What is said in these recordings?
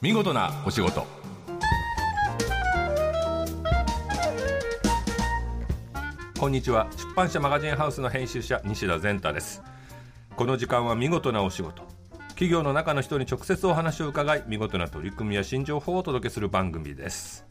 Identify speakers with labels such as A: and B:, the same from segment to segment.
A: 見事なお仕事こんにちは出版社マガジンハウスの編集者西田善太ですこの時間は見事なお仕事企業の中の人に直接お話を伺い見事な取り組みや新情報をお届けする番組です、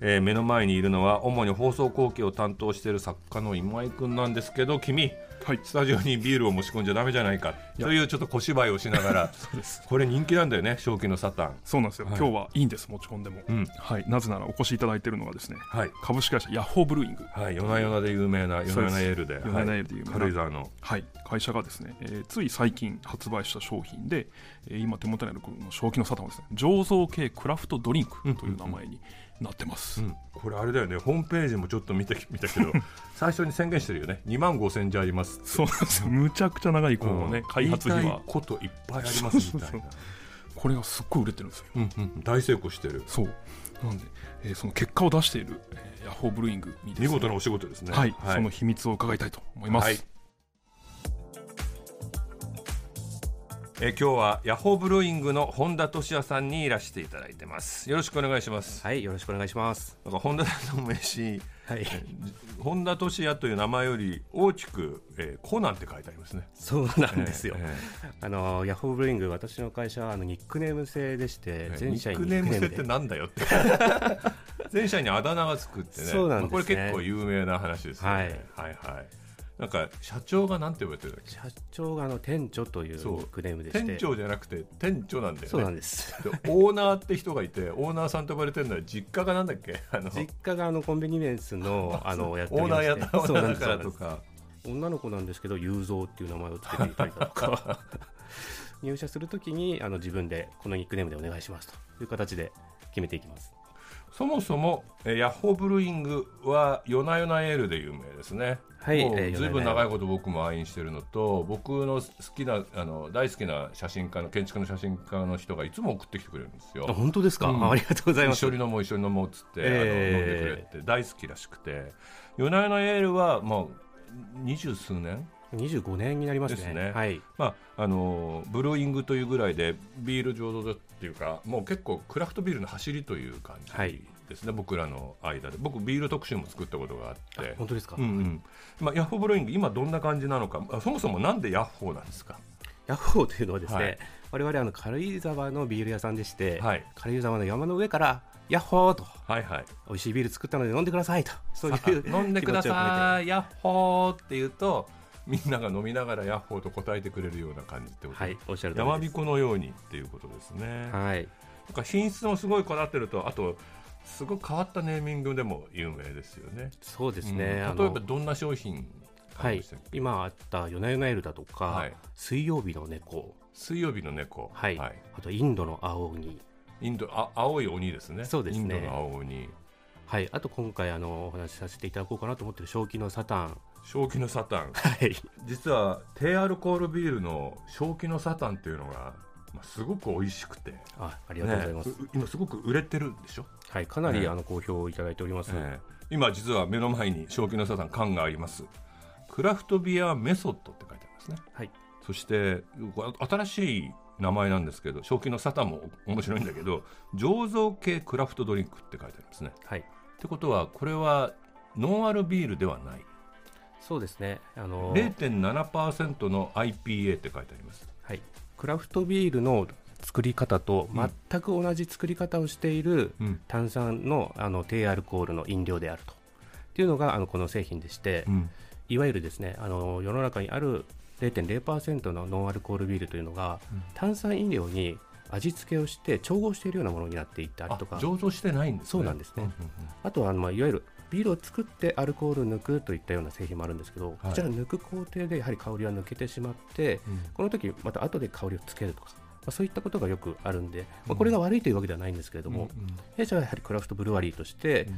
A: えー目の前にいるのは主に放送後期を担当している作家の今井くんなんですけど君
B: はい
A: スタジオにビールを持ち込んじゃダメじゃないかというちょっと小芝居をしなが ら
B: です
A: これ人気なんだよね正気のサタン
B: そうなんですよ、
A: はい
B: 今日はいいんです持ち込んでも、
A: うん
B: はい、なぜならお越しいただいているのがですね、
A: はい
B: 株式会社ヤッホーブルーイング、
A: はい夜な夜なで有名な夜な夜なエールで
B: そうです夜な夜なエールで
A: はい軽
B: 有名な
A: 井沢の
B: はい、会社がですね、えーつい最近発売した商品で、えー今手元にあるこの正気のサタンはですね醸造系クラフトドリンクという名前になってます、
A: うんこれあれだよねホームページもちょっと見て 見たけど最初に宣言してるよね2万5千じゃあります
B: そうなんですよむちゃくちゃ長いこのね、
A: うん
B: 開発費
A: 言いた
B: はい
A: こといっぱいありますみた
B: そう
A: い
B: そ
A: な
B: うこれがすっごい売れてるんですよ
A: うんうん大成功してる
B: そうなんで、えーその結果を出している、えーヤッホーブルーイングにですね
A: 見事なお仕事ですね
B: はい、その秘密を伺いたいと思います、
A: はいえ今日はヤホーブルーイングの本田俊也さんにいらしていただいてますよろしくお願いします
C: はい、よろしくお願いします。
A: なんか本田さんの名刺
C: はい、
A: 本田俊也という名前より大きく、えー、コナンって書いてありますね
C: そうなんですよ。
A: ええ
C: あのヤフーブルーイング、私の会社はあのニックネーム制でして、全社員ニック
A: ニ
C: ネ
A: ックネ
C: ー
A: ーム制
C: ムで
A: って。なんだよって 全社員にあだ名がつくってね
C: そうなんですね
A: まあこれ結構有名な話ですよね、はい、はいなんか社長がなんて呼ばれてるんだっけ
C: 社長があの店長というニ
A: そう
C: ックネームでして、
A: 店長じゃなくて店長なんだよね
C: そうなんです。
A: でオーナーって人がいてオーナーさんと呼ばれてるのは実家がなんだっけあの
C: 実家があのコンビニエン スのあのやってお
A: オーナ
C: り
A: ーや
C: まして
A: ったオー
C: そうな
A: ナ
C: んで
A: ー
C: す
A: だからと
C: そうなん
A: か
C: です女の子なんですけど、雄三っていう名前をつけていたりだ とか。入社するときにあの自分でこのニックネームでお願いしますという形で決めていきます。
A: そもそも、えーヤッホーブルーイングは夜な夜なエールで有名ですね。
C: はい
A: もう
C: えー
A: ずいぶん
C: 夜な夜な
A: 長いこと僕も愛飲してるのと、僕の好きなあの大好きな写真家の建築の写真家の人がいつも送ってきてくれるんですよ。
C: あ本当ですか、
A: うん
C: あありがとうございま
A: 一
C: す
A: 緒。に飲もう一緒に飲もうっつって、
C: え
A: あの
C: ー
A: 飲んでくれって大好きらしくて、夜な夜なエールはまあ二十数年。
C: 25年になりますね。
A: ですね
C: はい。
A: まああのブルーイングというぐらいでビール醸造所っていうかもう結構クラフトビールの走りという感じ
C: はい
A: ですね、僕らの間で僕ビール特集も作ったことがあって
C: 本当ですか、
A: うんうんまあ、ヤッホーブルーイング今どんな感じなのかあそもそもなんでヤッホーなんですか
C: ヤッホーというのはですね、
A: はい
C: 我々あの軽井沢のビール屋さんでして、
A: はい
C: 軽井沢の山の上からヤッホーと
A: はいはい
C: 美味しいビール作ったので飲んでくださいとそういう
A: 飲んでくだ
C: 気持ちを込
A: さいヤッホーって言うとみんなが飲みながらヤッホーと答えてくれるような感じってこ
C: めて
A: と
C: はいおっしゃる通
A: や
C: り
A: ま
C: で
A: び
C: す
A: このようにっていうことですね、
C: はい
A: なんか品質もすごいこだわってるとあとすごく変わったネーミングでも有名ですよね
C: そうです
A: う
C: ね、
A: ん
C: あ
A: 例え
C: の
A: ばどんな商品あ
C: は
A: りま
C: い
A: したっけ、
C: 今あった「夜な夜なエル」だとか、
A: はい
C: 水曜日の猫」
A: 水曜日の猫、
C: はいあと「インドの青鬼
A: インドあ青い鬼ですね
C: そうですね
A: インドの青鬼」
C: はい、あと今回あのお話しさせていただこうかなと思ってる「正気のサタン
A: 正気のサタン」
C: はい
A: 実は低アルコールビールの正気のサタンっていうのが、まあ、すごく美味しくて
C: あありがとうございます、
A: ねう今すごく売れてるでしょ、
C: はい、かなり、
A: ね
C: あの好評をいただいております、
A: ええ今実は目の前に正気のサタン缶がありますクラフトビアメソッドって書いてありますね
C: はい
A: そしてこれ新しい名前なんですけど正気のサタンも面白いんだけど醸造系クラフトドリンクって書いてありますね
C: はい
A: ってことはこれはノンアルビールではない
C: そうですね。あの
A: 0.7%の IPA って書いてあります
C: はい、クラフトビールの作り方と全く同じ作り方をしている
A: うん
C: 炭酸のあの低アルコールの飲料であると。っていうのがあのこの製品でして、
A: うん
C: いわゆるですねあの世の中にある0.0%のノンアルコールビールというのが、炭酸飲料に味付けをして調合しているようなものになっていたり
A: あ
C: とか
A: 醸造してないんですね
C: そうなんです
A: うん
C: ね
A: うんうん
C: あとはあの、まあ、いわゆるビールを作ってアルコールを抜くといったような製品もあるんですけど、こちら抜く工程でやはり香りは抜けてしまって、この時また後で香りをつけるとか、まあ、そういったことがよくあるんで、まあ、これが悪いというわけではないんですけれども、弊社はやはりクラフトブルワリーとして、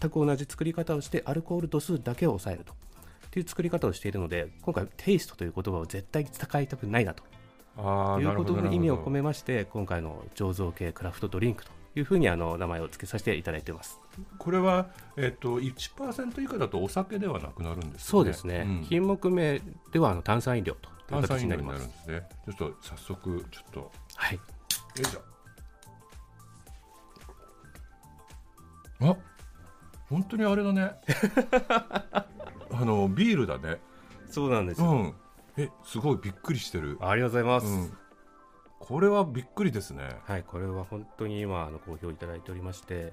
C: 全く同じ作り方をして、アルコール度数だけを抑えると。っていう作り方をしているので今回テイストという言葉を絶対使いたくないなと
A: ああ
C: いうことの意味を込
A: め
C: めまして今回の醸造系クラフトドリンクというふうにあの名前を付けさせていただいています
A: これは、えっと1%以下だとお酒ではなくなるんですよね
C: そうですね、
A: ん
C: 品目名ではあの炭酸飲料という
A: 炭酸
C: 形
A: 飲料
C: になり
A: にな
C: ま
A: るん
C: す
A: ですねちょっと早速ちょっとよ
C: はい
A: いしょあ本当にあれだね あのビールだね
C: そうなんです
A: う
C: よ、
A: んえすごいびっくりしてる、
C: ありがとうございます、
A: うん、これはびっくりですね
C: はい、これは本当に今あの好評いただいておりまして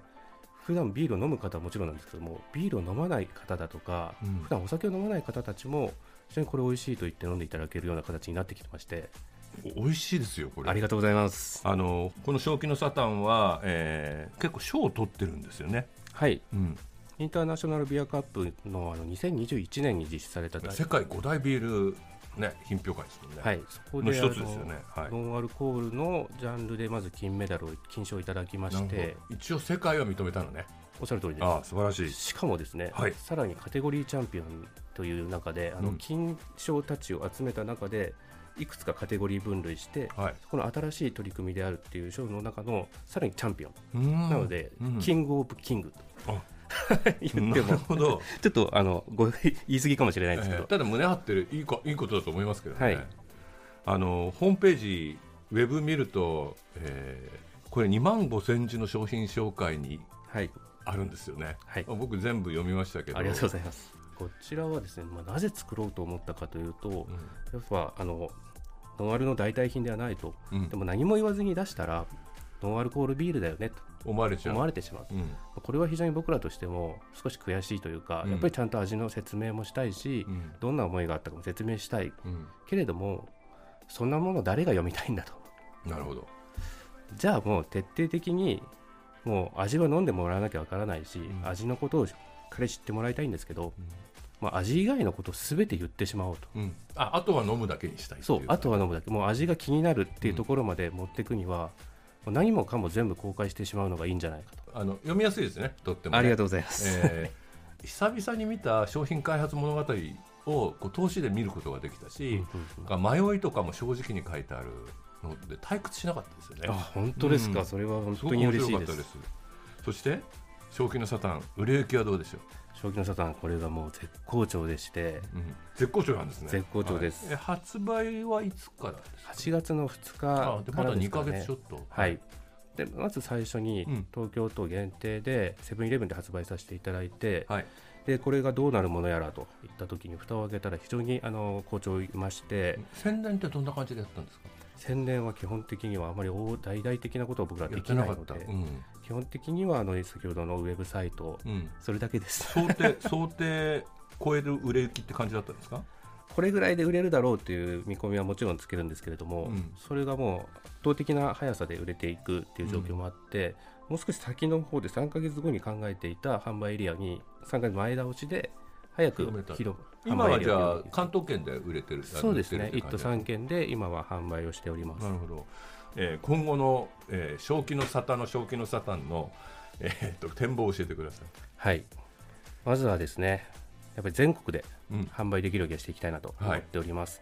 C: 普段ビールを飲む方はもちろんなんですけどもビールを飲まない方だとか、
A: うん
C: 普段お酒を飲まない方たちも非常にこれ美味しいと言って飲んでいただけるような形になってきてまして
A: お美味しいですよこれ
C: ありがとうございます
A: あのこの「正気のサタンは」えー結構賞を取ってるんですよね、
C: はい
A: うん、
C: インターナショナルビアカップのあの2021年に実施された大
A: 世界五大ビール、ね、品評会ですもんね、
C: はい、そこ
A: の
C: で
A: 一つですよね
C: あの
A: はい
C: ノンアルコールのジャンルでまず金メダルを金賞いただきま
A: な
C: し
A: る
C: て
A: ほど一応世界は認めたのね
C: おっしゃる通りです
A: ああ素晴らしい
C: しかもですね、
A: はい
C: さらにカテゴリーチャンピオンという中で、あ
A: う
C: の
A: ん
C: 金賞たちを集めた中で、いくつかカテゴリー分類して、
A: はい
C: この新しい取り組みであるっていう賞の中のさらにチャンピオン、
A: な
C: なので、
A: うん
C: キング・オブ・キングと
A: あ
C: 言っ
A: な
C: て
A: る
C: も、
A: ほど、
C: ちょっとあのご言い過ぎかもしれないですけ
A: えー
C: ど、
A: ただ胸張ってるいいこいいことだと思いますけどね、
C: はい
A: あのホームページウェブ見ると、えーこれ2万5000字の商品紹介に
C: はい、
A: あるんですよね、
C: はい
A: 僕全部読みましたけど
C: ありがとうございます。こちらはですね、まあ、なぜ作ろうと思ったかというと、やっぱあのノンアルの代替品ではないと、
A: うん
C: でも何も言わずに出したら、ノンアルコールビールだよねと。
A: うん、思われちゃう
C: 思われてしまう
A: うん
C: これは非常に僕らとしても少し悔しいというか、
A: うん
C: やっぱりちゃんと味の説明もしたいし、
A: うん
C: どんな思いがあったかも説明したい
A: うん
C: けれどもそんなもの誰が読みたいんだと
A: なるほど、
C: じゃあもう徹底的にもう味は飲んでもらわなきゃわからないし、
A: ん
C: 味のことをしっかり知ってもらいたいんですけど、まあ、味以外のことを全て言ってしまおうと
A: うん、ああとは飲むだけにしたいってい
C: そうあとは飲むだけもう味が気になるっていうところまで持っていくには、もう何もかも全部公開してしまうのがいいんじゃないかと、
A: あの読みやすいですねとってもね、
C: ありがとうござい ます、
A: えー久々に見た商品開発物語をこう投資で見ることができたし、
C: うんうんうん
A: 迷いとかも正直に書いてあるので退屈しなかったですよね。
C: あ本当ですか、
A: うん
C: それは本
A: すごく
C: 当に
A: 面
C: 嬉し
A: 白
C: い
A: かっ
C: で
A: た
C: す
A: です。そして正気のサタン売れ行きはどうでしょ
C: 正気のサタンこれがもう絶好調でして
A: う、うん絶好調なんですね。
C: 絶好調です
A: はいえ発売はいつからですか。
C: 8月の2
A: あ
C: 日
A: で
C: か
A: ま
C: ら
A: だ
C: で
A: 2
C: すか
A: ヶ
C: ね
A: 月ちょっと。
C: はいでまず最初に
A: うん
C: 東京都限定でセブンイレブンで発売させていただいて、
A: はい。
C: でこれがどうなるものやらといった時に蓋を開けたら非常にあの好調いまして、
A: 宣伝ってどんな感じでやったんですか。
C: 宣伝は基本的にはあまり大大々的なことを僕らは
A: や
C: で
A: っ
C: き
A: てな
C: ない
A: か
C: の
A: った。
C: で、
A: うん。
C: 基本的にはあの先ほどのウェブサイト、
A: うん。
C: それだけです
A: 想定想定超える売れ行きって感じだったんですか。
C: これぐらいで売れるだろうという見込みはもちろんつけるんですけれども、
A: うん
C: それがもう圧倒的な速さで売れていくっていう状況もあって、もう少し先の方で3ヶ月後に考えていた販売エリアに3ヶ月前倒しで早く
A: 広めた
C: 広
A: 今はじゃあ
C: 販売エリアを広めて
A: 関東圏で売れてる。
C: そうですね
A: 売れてる
C: 1
A: って
C: 都
A: 感じなん
C: 3県で今は販売をしております
A: なるほど、えー今後の、えー正気の沙汰の正気の沙汰の、えーっと展望を教えてください。
C: はいまずはですねやっぱり全国で
A: うん
C: 販売できるようにしていきたいなと思
A: はい
C: っております、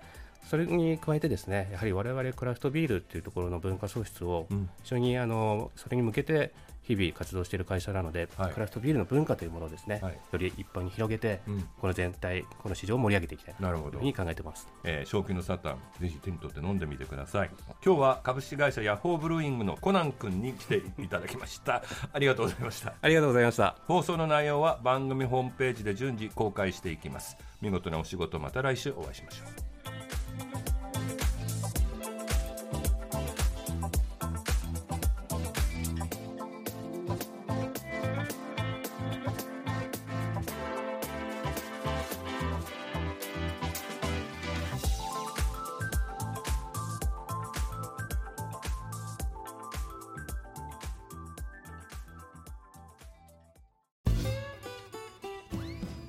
C: それに加えてですねやはり我々クラフトビールっていうところの文化創出を
A: うん
C: 非常にあのそれに向けて日々活動している会社なので、
A: はい
C: クラフトビールの文化というものをですね、
A: はい
C: より一般に広げて、
A: うん
C: この全体この市場を盛り上げていきたいな
A: なるほ
C: という
A: ど
C: ふう、に考えてます
A: えー正気の沙汰ぜひ手に取って飲んでみてください今日は株式会社ヤッホーブルーイングのコナン君に来ていただきました ありがとうございました
C: ありがとうございました
A: 放送の内容は番組ホームページで順次公開していきます見事なお仕事また来週お会いしましょう